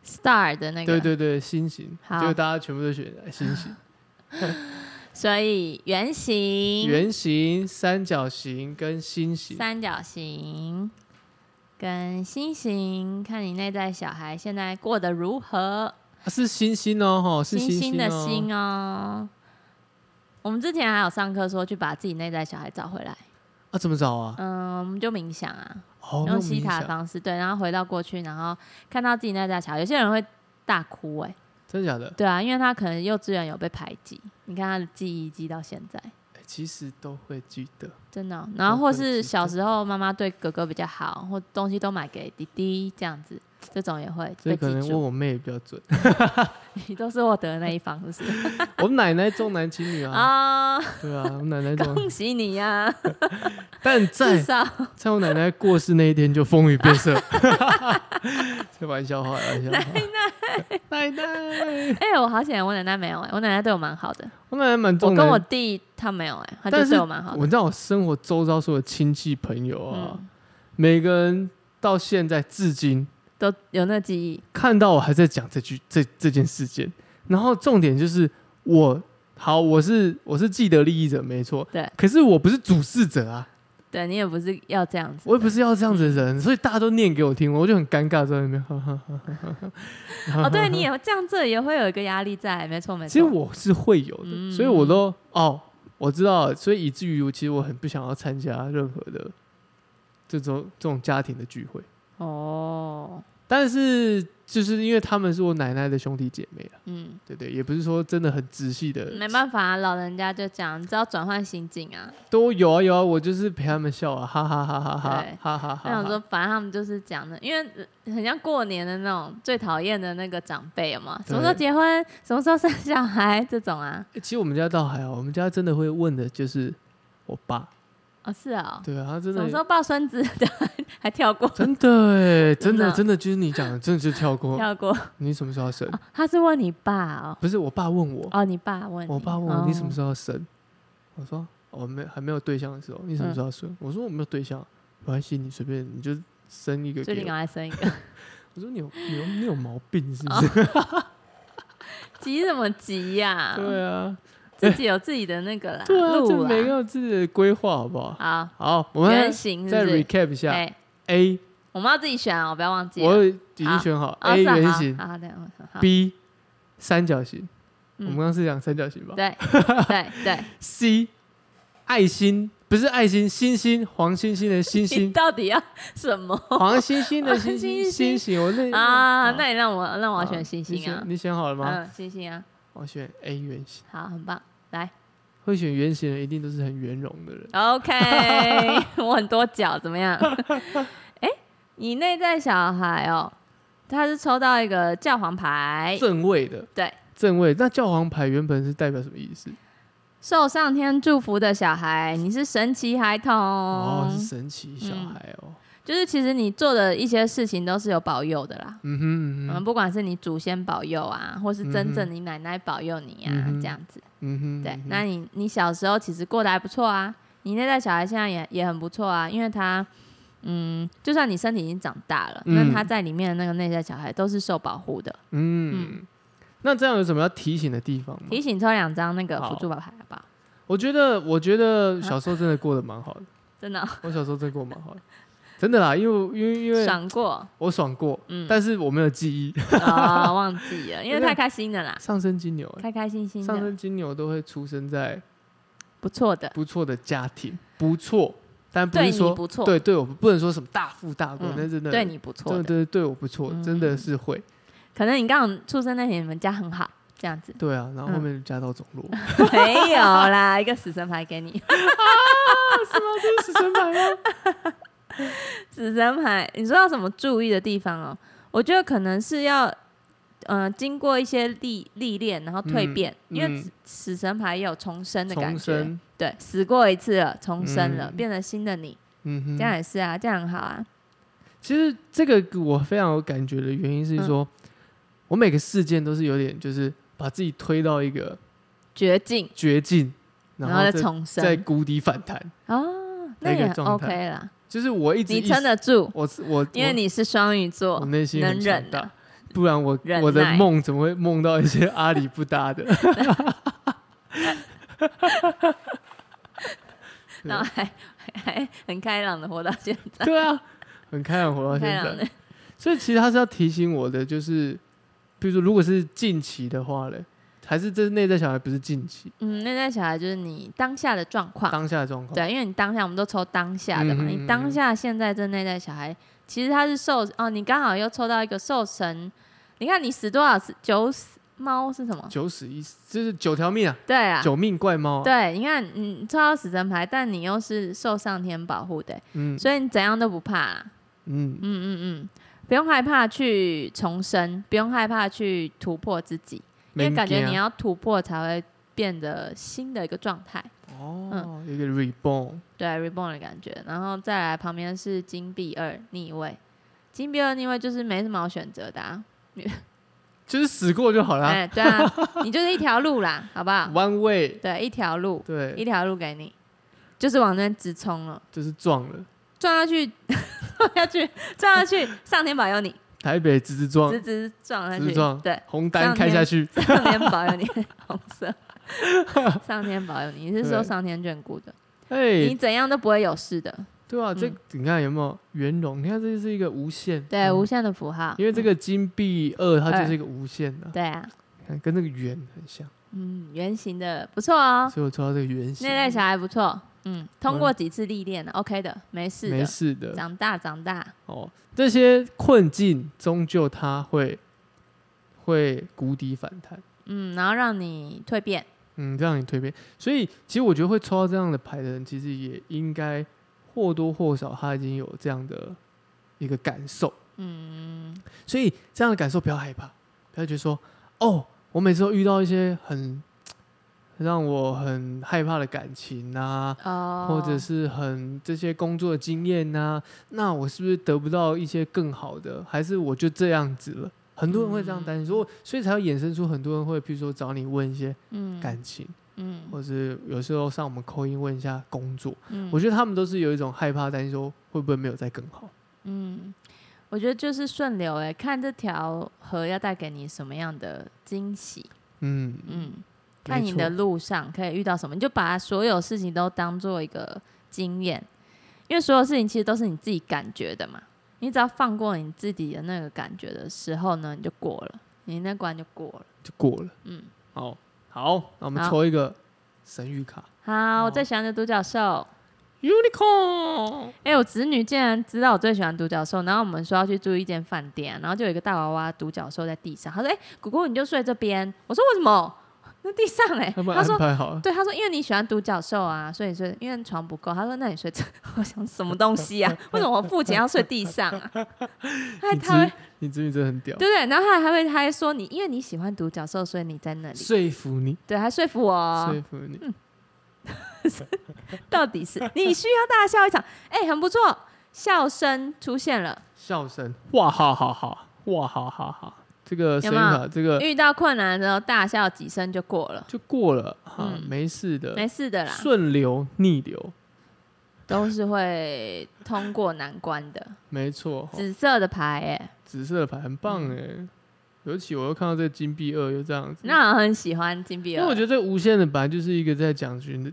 S2: star 的那个，
S1: 对，对对，心形，
S2: 好
S1: 就大家全部都选心形，
S2: 所以圆形、
S1: 圆形、三角形跟心形，
S2: 三角形跟心形，看你内在小孩现在过得如何，
S1: 啊是星星哦，哈，是
S2: 星
S1: 星
S2: 星的
S1: 哦，
S2: 星哦。我们之前还有上课说去把自己内在小孩找回来，
S1: 啊，怎么找啊？
S2: 嗯，我们就冥想啊，
S1: 哦，
S2: 用
S1: 西
S2: 西塔的，方式，对，然后回到过去，然后看到自己内在小孩，有些人会大哭、哎，
S1: 真的假的？
S2: 对啊，因为他可能幼稚园有被排挤，你看他的记忆记到现在。
S1: 哎其实都会记得，
S2: 真的哦、然后或
S1: 会记
S2: 是小
S1: 得
S2: 时候妈妈对哥哥比较好，或东西都买给弟弟这样子，这种也会
S1: 所
S2: 被
S1: 以可
S2: 记
S1: 能问
S2: 住。
S1: 我妹比较准，
S2: 你都是获得的那一方，是不是？
S1: 我奶奶重男轻女 啊，
S2: 啊，
S1: 对啊，我奶奶重男，
S2: 恭喜你呀、
S1: 但
S2: 至
S1: 在
S2: 少
S1: 在我奶奶过世那一天就风雨变色， 这玩笑话，玩笑话，奶奶，奶奶。
S2: 哎、我好险，我奶奶没有哎、我奶奶对我蛮好的。
S1: 我奶奶蛮
S2: 我
S1: 重
S2: 跟
S1: 男
S2: 我弟他没有哎、他
S1: 但
S2: 就是对我蛮好的
S1: 我。知道我生活周遭所有亲戚朋友啊，
S2: 嗯，
S1: 每个人到现在至今
S2: 都有那记忆。
S1: 看到我还在讲这句这这件事件，然后重点就是我好，我是我是既得利益者没错，
S2: 对，
S1: 可是我不是主事者啊，
S2: 对你也不是嗯要这样子，
S1: 我也不是要这样子的人，所以大家都念给我听，我就很尴尬在那边。哈哈哈哈哈哈
S2: 哦，对你也这样，这也会有一个压力在，没错没错。
S1: 其实我是会有的，
S2: 嗯
S1: 所以我都哦，我知道了，所以以至于我其实我很不想要参加任何的这种这种家庭的聚会，
S2: 哦，
S1: 但是就是因为他们是我奶奶的兄弟姐妹啊，
S2: 嗯，
S1: 对对，也不是说真的很仔细的，
S2: 没办法、啊，老人家就这样，只要转换心境啊。
S1: 都有啊有啊，我就是陪他们笑啊，哈哈哈哈哈
S2: 对
S1: 哈哈哈
S2: 我想说
S1: 哈，，
S2: 反正他们就是讲的，因为呃很像过年的那种最讨厌的那个长辈嘛，什么时候
S1: 对
S2: 结婚，什么时候生小孩这种啊。
S1: 欸其实我们家倒还好，我们家真的会问的就是我爸，
S2: 哦，是哦，
S1: 对啊，他真
S2: 什么时
S1: 的
S2: 候抱孙子的， 还跳过
S1: 真的欸真的
S2: 真的
S1: 真的就是你讲的，真的就跳过，
S2: 跳过、
S1: 你什么时候要生？
S2: 哦他是问你爸哦，
S1: 不是我爸问我，
S2: 哦，你哦爸问你，
S1: 我爸问我你什么
S2: 候？
S1: 时候要生？我说我没还没有对象的时候，你什么时候
S2: 嗯
S1: 要生？我说我没有对象，啊没关系，你随便你就生一个
S2: 最近啊
S1: 给我。
S2: 赶快生一个，
S1: 我说你有你有你有毛病是不是？
S2: 哦急什么急呀、
S1: 对啊，
S2: 自己有自己的那个啦，
S1: 对啊，这
S2: 路啦
S1: 每个人有自己的规划，好不好？
S2: 好，
S1: 好，我
S2: 原
S1: 们
S2: 型嗯是
S1: 再
S2: 不是？
S1: recap 一下
S2: 对，
S1: A，
S2: 我们要自己选哦，不要忘记了。
S1: 我已经
S2: 好
S1: 选好
S2: 哦
S1: A
S2: 是啊
S1: 原
S2: 好
S1: 型
S2: 好的，我好
S1: ，B 三角形，我
S2: 嗯
S1: 们刚刚是讲三角形吧
S2: 对对对，
S1: ？C 爱心不是爱心，星星黄星星的星
S2: 你
S1: 星，
S2: 到底要什么
S1: 黄星星的
S2: 黄
S1: 星星
S2: 星
S1: 星星，我那
S2: 啊？
S1: 好
S2: 那你让我让我选星
S1: 你
S2: 星啊
S1: 选，你选好了吗？
S2: 嗯，星星啊，
S1: 我选 A 圆形，
S2: 好，很棒，来
S1: 会选圆形的一定都是很圆融的人。
S2: ，OK，我很多脚，怎么样？ 哎，你内在小孩哦，他是抽到一个教皇牌，
S1: 正位的，
S2: 哎对，
S1: 正位。那教皇牌原本是代表什么意思？
S2: 受上天祝福的小孩，你是神奇孩童，
S1: 哦，是神奇小
S2: 嗯
S1: 孩哦。
S2: 就是其实你做的一些事情都是有保佑的啦。
S1: 嗯哼嗯
S2: 嗯，
S1: 哼
S2: 不管是你祖先保佑啊，或是真
S1: 嗯
S2: 正你奶奶保佑你啊，
S1: 嗯哼
S2: 这样子。
S1: 嗯哼，
S2: 对
S1: 嗯，哼
S2: 那你你小时候其实过得还不错啊，你内在小孩现在也也很不错啊，因为他，嗯，就算你身体已经长大了，
S1: 嗯
S2: 那他在里面的那个内在小孩都是受保护的。
S1: 嗯，那这样有什么要提醒的地方吗？
S2: 提醒抽两张那个辅
S1: 嗯好
S2: 助牌好不好？
S1: 我觉得，我觉得
S2: 啊
S1: 小时候真的过得蛮好的，
S2: 真的哦
S1: 我小时候真的过得蛮好的，真的啦，因为因为因为
S2: 爽过，
S1: 我爽过，
S2: 嗯，
S1: 但是我没有记忆。
S2: 哦，忘记了，因为
S1: 对
S2: 太开心了啦，
S1: 上升金牛，欸
S2: 开开心心
S1: 上
S2: 的，
S1: 升金牛都会出生在
S2: 不错的，
S1: 不错的家庭，不错，但不
S2: 对
S1: 是
S2: 你
S1: 说
S2: 不错
S1: 对对我不能说什么大富大贵，
S2: 嗯
S1: 那真的
S2: 对你不错
S1: 真
S2: 的嗯
S1: 的。对对我不错，真的是会
S2: 可能你刚好出生那天你们家很好，这 样子
S1: 对啊，然后
S2: 嗯
S1: 后面家道中落，
S2: 没有啦，一个死神牌给你，
S1: 这是神版吗？
S2: 死神牌，你说要什么注意的地方哦？我觉得可能是要，嗯、经过一些历历练，然后蜕变，
S1: 嗯
S2: 因为
S1: 嗯
S2: 死死神牌也有重生的感
S1: 重
S2: 觉，
S1: 生，
S2: 对，死过一次了，重生了，
S1: 嗯
S2: 变成新的你，
S1: 嗯哼，
S2: 这样也是啊，这样很好啊，
S1: 其实这个我非常有感觉的原因是说，
S2: 嗯
S1: 我每个事件都是有点就是把自己推到一个
S2: 绝境，
S1: 绝境，
S2: 然
S1: 后
S2: 再
S1: 再
S2: 重
S1: 在
S2: 生
S1: 谷底反弹，
S2: 哦，
S1: 那
S2: 那也
S1: 个
S2: 很
S1: 状态
S2: OK 啦，
S1: 就是我一直
S2: 你
S1: 意识
S2: 撑得住，
S1: 我是我
S2: 因为
S1: 我
S2: 你是双鱼座，
S1: 我嗯内心
S2: 能
S1: 很强
S2: 忍
S1: 大
S2: 的，
S1: 不然我
S2: 忍耐
S1: 我的梦怎么会梦到一些阿里不搭 的？
S2: 然后还还还很开朗的活到现在，
S1: 对啊，很开朗活到
S2: 很
S1: 现
S2: 开朗的
S1: 在，，所以其实他是要提醒我的，就是比如说如果是近期的话嘞，还是这是内在小孩不是近期
S2: 嗯，内在小孩就是你当下的状况，
S1: 当下的状况，
S2: 对，因为你当下我们都抽当下的嘛，
S1: 嗯哦嗯嗯
S2: 你当下现在这内在小孩，其实他是受哦，你刚好又抽到一个受神，你看你死多少次，九死猫是什么？
S1: 九死一就是九条命啊，
S2: 对啊，
S1: 九命怪猫啊、
S2: 对，你看你抽到死神牌，但你又是受上天保护的，
S1: 嗯
S2: 所以你怎样都不怕啦，
S1: 嗯，
S2: 嗯嗯嗯，不用害怕去重生，不用害怕去突破自己。因为感觉你
S1: 要
S2: 要突破才会变得新的一个状态，
S1: 哦，有一个 reborn，
S2: 对 reborn 的感觉。然后再来旁边是金币二逆位，金币二逆位就是没什么好选择的、啊，
S1: 就是死过就好
S2: 哎、
S1: 啦、
S2: 对啊，你就是一条路啦，好不好？
S1: o n e way，
S2: 对，一条路，一
S1: 对，
S2: 条路给你，就是往那边直冲了，
S1: 就是撞了
S2: 撞下去，撞下去，撞下去，上天保佑你，
S1: 台北直直撞
S2: 直，直撞下
S1: 哦直
S2: 去
S1: 直撞，
S2: 对，
S1: 红
S2: 上
S1: 单开
S2: 天
S1: 下去，
S2: 上天保佑你，红色，上天保佑你，你是受
S1: 对
S2: 上天眷顾的。你
S1: 哎，
S2: 怎样都不会有事的。
S1: 对啊，这
S2: 嗯
S1: 你看有没有圆融？你看这是一个无限，
S2: 对，
S1: 嗯
S2: 无限的符号，
S1: 因为这个金币二它就是
S2: 哎
S1: 一个无限的
S2: 嗯、对啊，
S1: 看跟那个圆很像，
S2: 嗯，圆形的不错哦，
S1: 所以我抽到这个圆形
S2: 那，类小孩不错，嗯，通过几次历练了，OK 的，没事
S1: 嗯没
S2: 的，
S1: 事的
S2: 长大长大，
S1: 哦。这些困境终究它会会谷底反弹。
S2: 嗯，然后让你蜕变，
S1: 嗯，让你蜕变。所以其实我觉得会抽到这样的牌的人，其实也应该或多或少他已经有这样的一个感受。
S2: 嗯，
S1: 所以这样的感受不要害怕，不要觉得说哦，我每次都遇到一些很让我很害怕的感情啊，
S2: 哦，
S1: 或者是很这些工作的经验呐、那我是不是得不到一些更好的？还是我就这样子了？很多人会这样担心，所以所以才会衍生出很多人会，譬如说找你问一些
S2: 嗯
S1: 感情。
S2: 嗯
S1: 或是有时候上我们扣音问一下工作，
S2: 嗯
S1: 我觉得他们都是有一种害怕担心，说会不会没有再更好。
S2: 嗯，我觉得就是顺流哎、看这条河要带给你什么样的惊喜，
S1: 嗯，
S2: 嗯，
S1: 没
S2: 看你的
S1: 错
S2: 路上可以遇到什么，你就把所有事情都当做一个经验，因为所有事情其实都是你自己感觉的嘛。你只要放过你自己的那个感觉的时候呢，你就过了，你那关就过了。
S1: 就过了。
S2: 嗯，
S1: 好，好，那我们
S2: 好
S1: 抽一个神谕卡
S2: 好，
S1: 哦
S2: 我最喜欢的独角兽。
S1: ，unicorn。
S2: 哎、我侄女竟然知道我最喜欢独角兽，然后我们说要去住一间饭店、然后就有一个大娃娃独角兽在地上，她说：“哎、姑姑你就睡这边。”我说：“为什么？那地上哎、
S1: 他们
S2: 她
S1: 安
S2: 说：“
S1: 排好了，
S2: 对，他说因为你喜欢独角兽啊，所以你睡，因为床不够。他说那你睡这， 我想什么东西啊？为什么我付钱要睡地上 啊？他还
S1: 你
S2: 他
S1: 侄
S2: 会
S1: 你侄女真的很屌
S2: 对，对，然后他还会他还说你因为你喜欢独角兽，所以你在那里。
S1: 说服你，
S2: 对，还说服我
S1: 说
S2: 哦，
S1: 服你。
S2: 到底是 你需要大笑一场，哎、很不错，笑声出现了。
S1: 笑声，哇哈哈哈，哇哈哈哈。这个神谕
S2: 有没
S1: 卡，这个
S2: 遇到困难的时候大笑几声就过了，
S1: 就过了哈，
S2: 嗯
S1: 没事的，
S2: 没事的啦，
S1: 顺流逆流，
S2: 都是会通过难关的。
S1: 没错。哈
S2: 紫色的牌、哎，
S1: 紫色的牌很棒哎、尤其我又看到这个金币二又这样子，
S2: 嗯那我很喜欢金币
S1: 因
S2: 二。
S1: 为我觉得这无限的本来就是一个在讲寻的，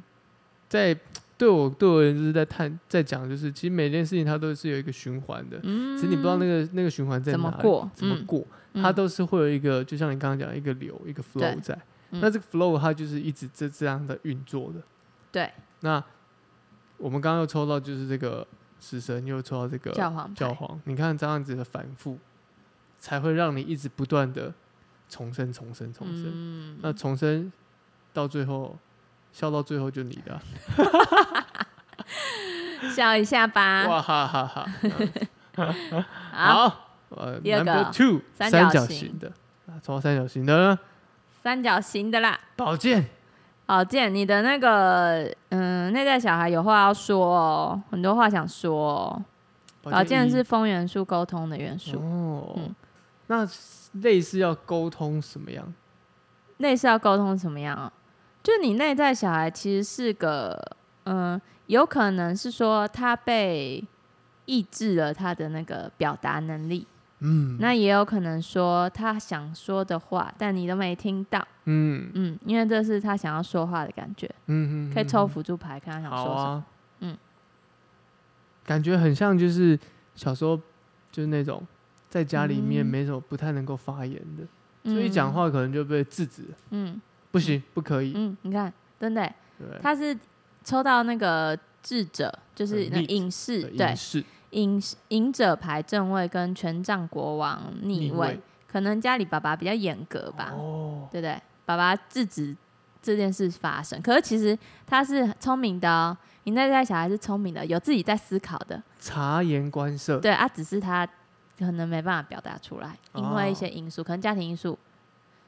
S1: 在对我对我而言就是在探在讲，就是其实每件事情它都是有一个循环的，
S2: 嗯
S1: 只是你不知道那个那个循环在
S2: 怎
S1: 哪
S2: 么
S1: 里
S2: 过
S1: 怎么
S2: 嗯
S1: 过，
S2: 嗯
S1: 它都是会有一个，就像你刚刚讲一个流一个 flow
S2: 对
S1: 在，
S2: 嗯
S1: 那这个 flow 它就是一直这这样的运作的。
S2: 对，
S1: 那我们刚刚又抽到就是这个食神，又抽到这个
S2: 教皇牌
S1: 教皇，你看这样子的反复，才会让你一直不断的重生、重生、重生。
S2: 嗯，
S1: 那重生到最后，笑到最后就你的啊、
S2: 笑一下吧。
S1: 哇哈哈 哈！
S2: 啊好，
S1: 好，呃
S2: 第二个
S1: ，Number Two，
S2: 三
S1: 三
S2: 角
S1: 角
S2: 形
S1: 形的，啊，抽到三角形的呢
S2: 三角形的啦。
S1: 宝剑，
S2: 好，健，你的那个嗯，内在小孩有话要说哦，很多话想说哦。宝
S1: 剑
S2: 健
S1: 一
S2: 是风元素沟通的元素，
S1: 哦，
S2: 嗯
S1: 那类似要沟通什么样？
S2: 内是要沟通什么样哦？就你内在小孩其实是个嗯，有可能是说他被抑制了他的那个表达能力，
S1: 嗯，
S2: 那也有可能说他想说的话，但你都没听到。
S1: 嗯
S2: 嗯，因为这是他想要说话的感觉，
S1: 嗯嗯，
S2: 可以抽
S1: 嗯
S2: 辅助牌看他想
S1: 好
S2: 说什么。
S1: 啊，
S2: 嗯，
S1: 感觉很像就是小时候就是那种在家里面
S2: 嗯
S1: 没什么不太能够发言的，
S2: 嗯
S1: 所以讲，话可能就被制止，
S2: 嗯
S1: 不行，不可以，
S2: 嗯，你看，真的耶，
S1: 对，
S2: 他是抽到那个智者，就是那
S1: Elite
S2: 隐士，
S1: 对
S2: 对
S1: 隐，士
S2: 隐隐者牌正位跟权杖国王逆位，可能家里爸爸比较严格吧，
S1: 哦，
S2: 对不对？爸爸制止这件事发生，可是其实他是聪明的哦，你内在小孩是聪明的，有自己在思考的，
S1: 察言观色，
S2: 对啊，只是他可能没办法表达出来，因为
S1: 哦
S2: 一些因素，可能家庭因素、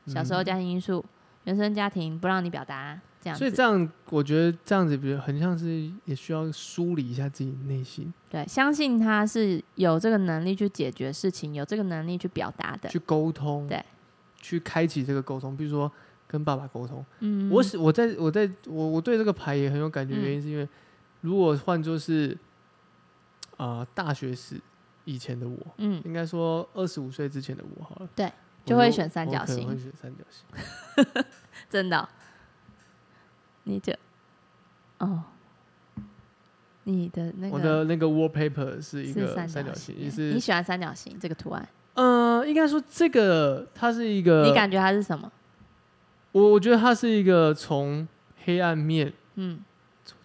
S2: 小时候
S1: 嗯
S2: 家庭因素、原生家庭不让你表达，这样
S1: 所以
S2: 子。
S1: 这样我觉得这样子，比如很像是也需要梳理一下自己内心，
S2: 对，相信他是有这个能力去解决事情，有这个能力去表达的。
S1: 去沟通，
S2: 对，
S1: 去开启这个沟通，比如说跟爸爸沟通。
S2: 嗯，
S1: 我是我在我在我我对这个牌也很有感觉，
S2: 嗯
S1: 原因是因为如果换作是啊、呃大学时以前的我，
S2: 嗯，
S1: 应该说二十五岁之前的我好了，
S2: 对
S1: 我，
S2: 就会选三角
S1: 我可能
S2: 形
S1: 会选三角形。
S2: 真的哦、你就哦，你的那个
S1: 我的那个 wallpaper 是一
S2: 是
S1: 个
S2: 三
S1: 三角形，
S2: 形，
S1: 也
S2: 你
S1: 是
S2: 喜欢三角形这个图案？
S1: 呃，应该说这个它是一个，
S2: 你感觉它是什么？
S1: 我我觉得它是一个从黑暗面
S2: 嗯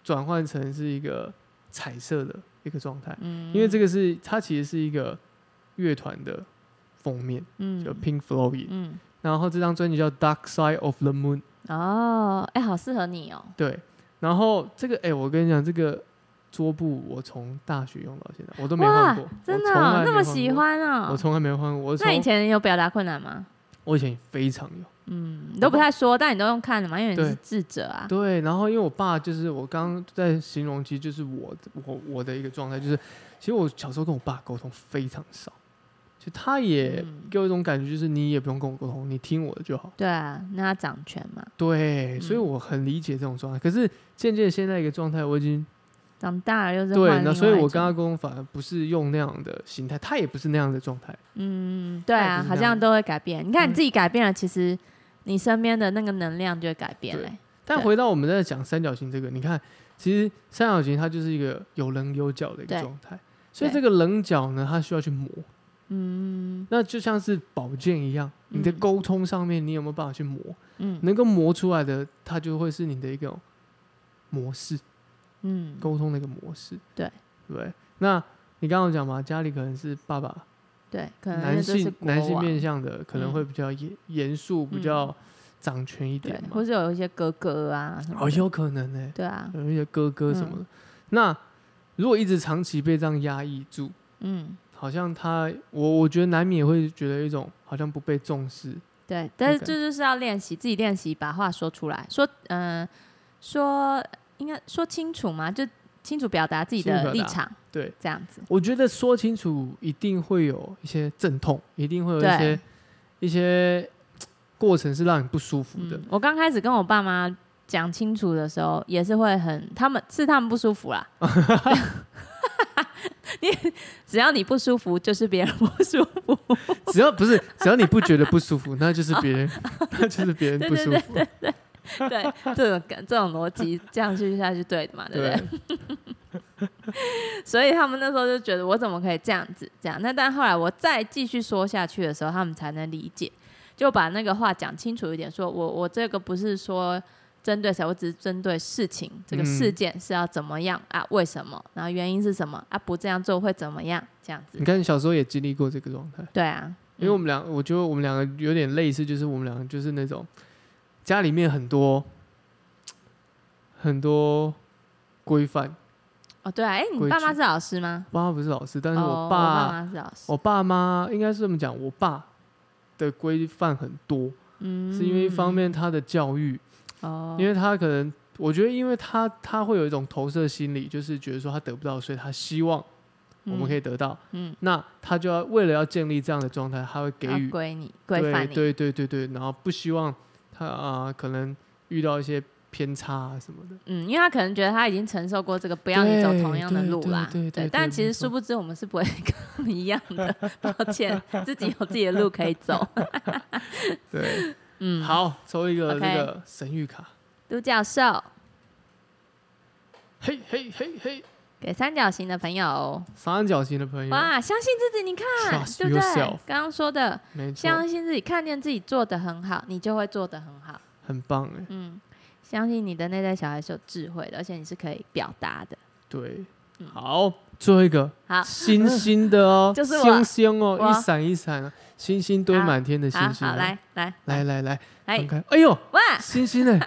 S1: 转换成是一个彩色的一个状态，
S2: 嗯，
S1: 因为这个是它其实是一个乐团的封面，
S2: 嗯
S1: 叫 Pink Floyd，、
S2: 嗯
S1: 然后这张专辑叫 Dark Side of the Moon，
S2: 哦，哎、好适合你哦。
S1: 对，然后这个哎、我跟你讲这个。桌布我从大学用到现在，我都没换过，
S2: 真的
S1: 我从来
S2: 哦、
S1: 没
S2: 那么
S1: 换过
S2: 喜欢哦
S1: 我。从来没换过。我
S2: 那以
S1: 从
S2: 前有表达困难吗？
S1: 我以前非常有，
S2: 嗯，你都不太说，但你都用看的嘛，因为你
S1: 对
S2: 是智者啊。
S1: 对。然后因为我爸就是我刚刚在形容，其实就是我的我我的一个状态，就是其实我小时候跟我爸沟通非常少，就他也
S2: 嗯
S1: 给我一种感觉，就是你也不用跟我沟通，你听我的就好。
S2: 对啊，那他掌权嘛，
S1: 对，
S2: 嗯
S1: 所以我很理解这种状态。可是渐渐现在一个状态，我已经
S2: 长大了又是
S1: 对，
S2: 换
S1: 那
S2: 另
S1: 所以
S2: 外一
S1: 我
S2: 种
S1: 跟他沟通反而不是用那样的形态，他也不是那样的状态。
S2: 嗯，对
S1: 他也
S2: 啊，
S1: 不是
S2: 好
S1: 这样
S2: 像都会改变。你看你
S1: 嗯
S2: 自己改变了，其实你身边的那个能量就会改变
S1: 对
S2: 嘞。
S1: 但
S2: 对
S1: 回到我们在讲三角形这个，你看，其实三角形它就是一个有棱有角的一个
S2: 对
S1: 状态，所以
S2: 对
S1: 这个棱角呢，它需要去磨。
S2: 嗯
S1: 那就像是宝剑一样，你的沟通上面你有没有办法去磨？
S2: 嗯
S1: 能够磨出来的，它就会是你的一个模式，
S2: 嗯，
S1: 沟通的一个模式。
S2: 对
S1: 对，那你刚刚有讲嘛，家里可能是爸爸
S2: 对，可能
S1: 男
S2: 这就是
S1: 性
S2: 国
S1: 男性
S2: 王嗯
S1: 面向的，可能会比较严严肃，比较掌权一
S2: 对
S1: 点，嘛
S2: 或，者有一些哥哥啊什么
S1: 哦，
S2: 的，嗯
S1: 有可能呢、
S2: 对啊，
S1: 有一些哥哥什么的。那如果一直长期被这样压抑住，
S2: 嗯，
S1: 好像他，我我觉得难免会觉得一种好像不被重视。
S2: 对，但是
S1: 感
S2: 这就是要练习，自己练习把话说出来，说嗯、呃说应该说清楚嘛，就清楚表达自己
S1: 清楚
S2: 的
S1: 表
S2: 立
S1: 达
S2: 场，
S1: 对，
S2: 这样子，
S1: 我觉得说清楚一定会有一些阵痛，一定会有一
S2: 对
S1: 些一些嘖过程是让你不舒服的
S2: 嗯。，我刚开始跟我爸妈讲清楚的时候，也是会很，他们是他们不舒 服啦。你只要你不舒服，就是别人不舒服。
S1: 只要不是只要你不觉得不舒服，那就是别人， 那就是别人
S2: 对
S1: 不舒服。
S2: 对，这种感这种逻辑这样去下去对的嘛，对不对？
S1: 对
S2: 所以他们那时候就觉得我怎么可以这样子这样？那但后来我再继续说下去的时候，他们才能理解，就把那个话讲清楚一点，说我我这个不是说针对谁，我只是针对事情这个
S1: 嗯
S2: 事件是要怎么样、啊？为什么？然后原因是什么啊？不这样做会怎么样？这样子
S1: 你，看，小时候也经历过这个状态。
S2: 对啊，
S1: 嗯因为我们两，我觉得我们两个有点类似，就是我们两个就是那种家里面很多很多规范。
S2: 哦对啊，哎、
S1: 规
S2: 你爸
S1: 矩
S2: 妈是老师吗？
S1: 我爸妈不是老师，但是
S2: 哦
S1: 我
S2: 我
S1: 爸、
S2: 妈是老师，
S1: 我爸妈应该是这么讲，我爸的规范很多，
S2: 嗯
S1: 是因为一方面他的教育，
S2: 哦，
S1: 因为他可能我觉得，因为他他会有一种投射心理，就是觉得说他得不到，所以他希望我们可以得到，
S2: 嗯，
S1: 那他就要为了要建立这样的状态，他会给
S2: 嗯要
S1: 予
S2: 归你规
S1: 对
S2: 范你，
S1: 对对对对，然后不希望他啊、可能遇到一些偏差啊什么的。
S2: 嗯，因为他可能觉得他已经承受过这个，不要你走同样的路啦。
S1: 对对对对对
S2: 但其
S1: 没
S2: 实
S1: 错
S2: 殊不知我们是不会 跟他们一样的，抱歉，自己有自己的路可以走。
S1: 对，
S2: 嗯，，
S1: 好，抽一个这
S2: OK
S1: 个神谕卡，
S2: 独角兽
S1: 嘿嘿嘿嘿，
S2: 给三角形的朋友，
S1: 三角形的朋友，
S2: 哇，相信自己，你看
S1: 哎 Trust
S2: 对不对
S1: yourself？
S2: 刚刚说的，
S1: 没错，
S2: 相信自己，看见自己做的很好，你就会做的很好。
S1: 很棒哎，
S2: 嗯，相信你的内在小孩是有智慧的，而且你是可以表达的。
S1: 对，好，最后一个
S2: 嗯好，
S1: 星星的哦，
S2: 就是我
S1: 星星哦，
S2: 我
S1: 一闪一闪啊，星星堆满天的
S2: 好
S1: 星星
S2: 好
S1: 啊，
S2: 来啊来
S1: 来来来，
S2: 来
S1: 翻开，哎呦，
S2: 哇，
S1: 星星 哎，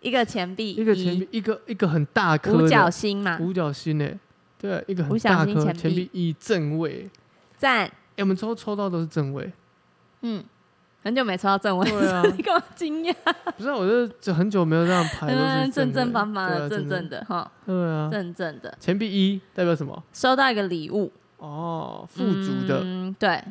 S2: 一个钱币，
S1: 一个前面一个一个很大颗
S2: 五角
S1: 的
S2: 星嘛，
S1: 五角星哎，对，一个很
S2: 五角
S1: 大
S2: 星
S1: 颗
S2: 钱
S1: 钱
S2: 币
S1: 币以正位。
S2: 赞。
S1: 哎、我们抽抽到都是正位，
S2: 嗯，很久没抽到正位，
S1: 对啊
S2: 你干嘛惊讶？
S1: 不是、啊，我就就很久没有这样排，都是
S2: 嗯，正
S1: 位
S2: 正方方
S1: 对啊
S2: 的，正正
S1: 的，
S2: 的哈，
S1: 对啊，
S2: 正正的，
S1: 钱币一代表什么？
S2: 收到一个礼物，
S1: 哦，富足的、
S2: 嗯，对，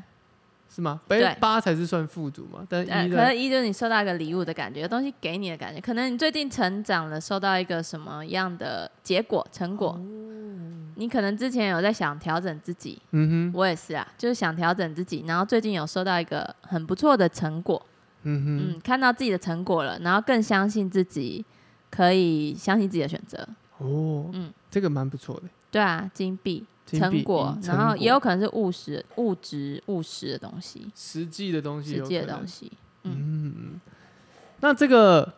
S1: 是吗？八
S2: 对
S1: 八才是算富足嘛，但
S2: 呃，
S1: 一
S2: 可
S1: 的
S2: 是一就是你收到一个礼物的感觉，有东西给你的感觉，可能你最近成长了，收到一个什么样的结果成果？
S1: 哦嗯
S2: 你可能之前有在想调整自己，
S1: 嗯哼，
S2: 我也是啊，就是想调整自己，然后最近有收到一个很不错的成果，
S1: 嗯哼，
S2: 嗯，看到自己的成果了，然后更相信自己，可以相信自己的选择，
S1: 哦，
S2: 嗯，
S1: 这个蛮不错的，
S2: 对啊，金币、
S1: 金
S2: 成
S1: 币
S2: 果
S1: 嗯，
S2: 然后
S1: 成
S2: 也有可能是物实、物质、物实的东西，
S1: 实际的东西，
S2: 实际的东。西。
S1: 嗯，那这个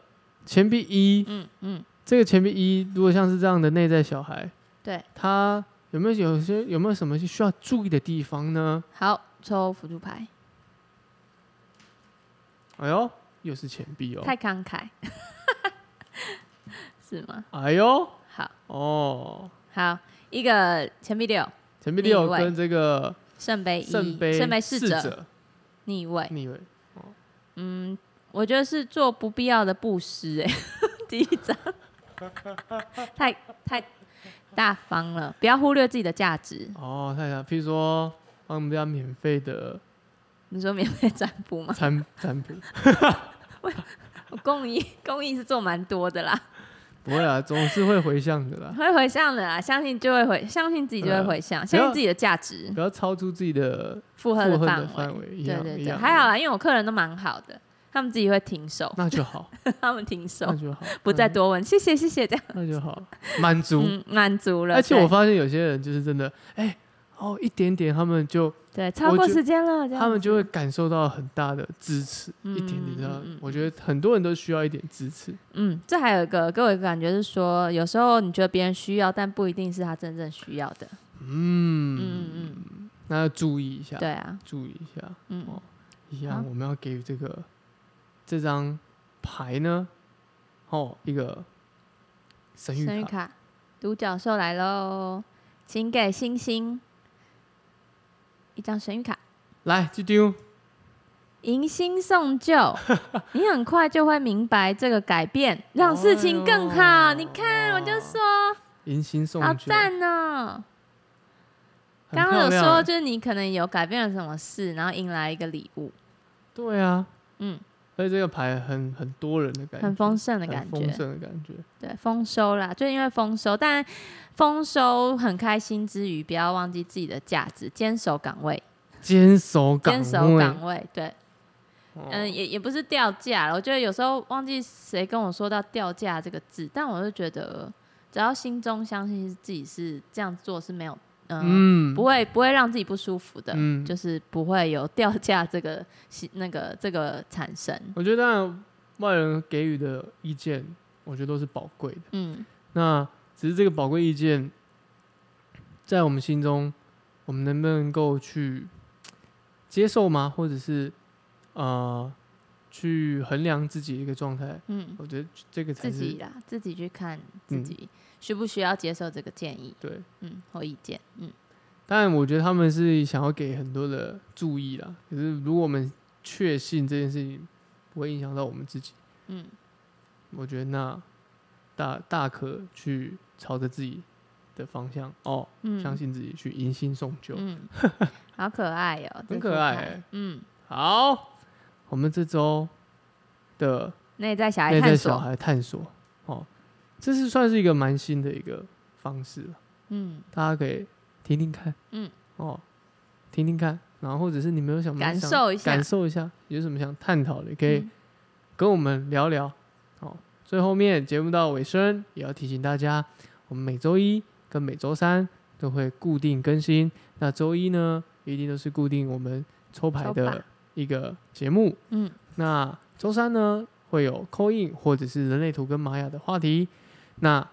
S1: 钱币一，
S2: 嗯嗯，
S1: 这个钱币一，如果像是这样的内在小孩，
S2: 对，
S1: 他有没有有些有没有什么需要注意的地方呢？
S2: 好，抽辅助牌，
S1: 哎呦，又是钱币哦，
S2: 太慷慨， 是吗？
S1: 哎呦，
S2: 好
S1: 哦，
S2: 好，一个钱币六，
S1: 钱币
S2: 逆
S1: 六
S2: 位
S1: 跟这个
S2: 圣杯一，
S1: 圣杯
S2: 圣杯
S1: 侍
S2: 侍者逆位，
S1: 逆位，
S2: 嗯，我觉得是做不必要的布施、欸， 哎，第一张太太大方了，不要忽略自己的价值。
S1: 哦，太想，譬如说帮我们家免费 的
S2: 你说免费占卜吗？
S1: 餐餐补，
S2: 我公益公益是做蛮多的啦，
S1: 不会啊，总是会回向的啦，
S2: 会回向的啦，相信就会回，相信自己就
S1: 啊
S2: 会回向，相信自己的价值
S1: 不要超出自己的
S2: 嗯负荷
S1: 负
S2: 的
S1: 荷
S2: 范
S1: 的
S2: 围。
S1: 范围，一
S2: 对
S1: 样
S2: 对
S1: 一
S2: 对，
S1: 样，
S2: 还好啦，因为我客人都蛮好的，他们自己会停手，
S1: 那就 好，
S2: 他们停手
S1: 那，就好，
S2: 不再
S1: 嗯
S2: 多问，谢谢谢谢这样，
S1: 那就好，满足。
S2: 嗯，满足了。
S1: 而且我
S2: 对
S1: 发现有些人就是真的，哎、哦，一点点他们就
S2: 对超过
S1: 觉
S2: 时间了，这样
S1: 他们就会
S2: 子
S1: 感受到很大的支持，
S2: 嗯
S1: 一点点这样
S2: 嗯嗯嗯
S1: 我觉得很多人都需要一点支持，
S2: 嗯，这还有一个给我一个感觉是说，有时候你觉得别人需要，但不一定是他真正需要的。
S1: 嗯
S2: 嗯嗯
S1: 嗯，那要注意一下，
S2: 对啊，
S1: 注意一下，
S2: 嗯
S1: 哦，一样
S2: 好
S1: 我们要给予这个这张牌呢，哦，一个神谕
S2: 生日
S1: 卡，
S2: 卡，独角兽来喽，请给星星一张神谕卡，
S1: 来这丢，
S2: 迎新 送旧，你很快就会明白这个 改变让事情更好。
S1: 哎呦
S2: 你看，我就说
S1: 迎新送
S2: 好
S1: 酒，
S2: 赞呢、
S1: 很
S2: 刚刚
S1: 漂
S2: 有
S1: 亮
S2: 说，
S1: 哎
S2: 就是你可能有改变了什么事，然后迎来一个礼物，
S1: 对啊，
S2: 嗯，
S1: 而且这个牌很很多人的感觉，
S2: 很丰盛的
S1: 很
S2: 感觉，
S1: 丰盛的感觉。
S2: 对，丰收啦，就因为丰收，但丰收很开心之余，不要忘记自己的价值，坚守岗位，
S1: 坚守岗位，
S2: 坚守岗位。对，
S1: 哦
S2: 嗯，也也不是掉价了。我觉得有时候忘记谁跟我说到掉价这个字，但我就觉得，只要心中相信自己是这样做是没有，嗯，
S1: 嗯，
S2: 不会不会让自己不舒服的，
S1: 嗯
S2: 就是不会有掉价这个那个这个产生。
S1: 我觉得当然外人给予的意见，我觉得都是宝贵的。
S2: 嗯，
S1: 那只是这个宝贵意见，在我们心中，我们能不能够去接受吗？或者是呃，去衡量自己的一个状态？
S2: 嗯，
S1: 我觉得这个才
S2: 自
S1: 是
S2: 己啦，自己去看自
S1: 嗯
S2: 己需不需要接受这个建议。
S1: 对。
S2: 嗯，或意见，嗯，
S1: 但我觉得他们是想要给很多的注意啦。可是如果我们确信这件事情不会影响到我们自己，
S2: 嗯，
S1: 我觉得那大大可去朝着自己的方向哦，
S2: 嗯
S1: 相信自己去迎新送旧。
S2: 嗯，好可爱哦、这
S1: 很可
S2: 副
S1: 爱
S2: 牌
S1: 欸
S2: 嗯，
S1: 好，我们这周的
S2: 内在小孩
S1: 内
S2: 探
S1: 在小
S2: 索，
S1: 孩探索哦，这是算是一个蛮新的一个方式了，
S2: 嗯，
S1: 大家可以听听看，
S2: 嗯，
S1: 哦，听听看，然后或者是你们有什么
S2: 感
S1: 想
S2: 受一下
S1: 感受一下，有什么想探讨的，也可以
S2: 嗯
S1: 跟我们聊聊。哦，最后面节目到尾声，也要提醒大家，我们每周一跟每周三都会固定更新。那周一呢，一定都是固定我们抽牌
S2: 抽
S1: 的
S2: 牌
S1: 一个节目。
S2: 嗯，
S1: 那周三呢，会有 c in 或者是人类图跟玛雅的话题。那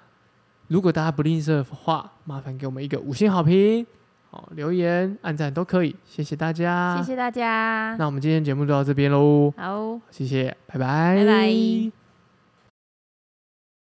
S1: 如果大家不吝啬的话，麻烦给我们一个五星好评，哦，留言、按赞都可以，谢谢大
S2: 음.
S1: 家。
S2: 谢谢大家，
S1: 那我们今天节目就到这边喽，
S2: 好。
S1: 谢谢，拜拜，
S2: 拜拜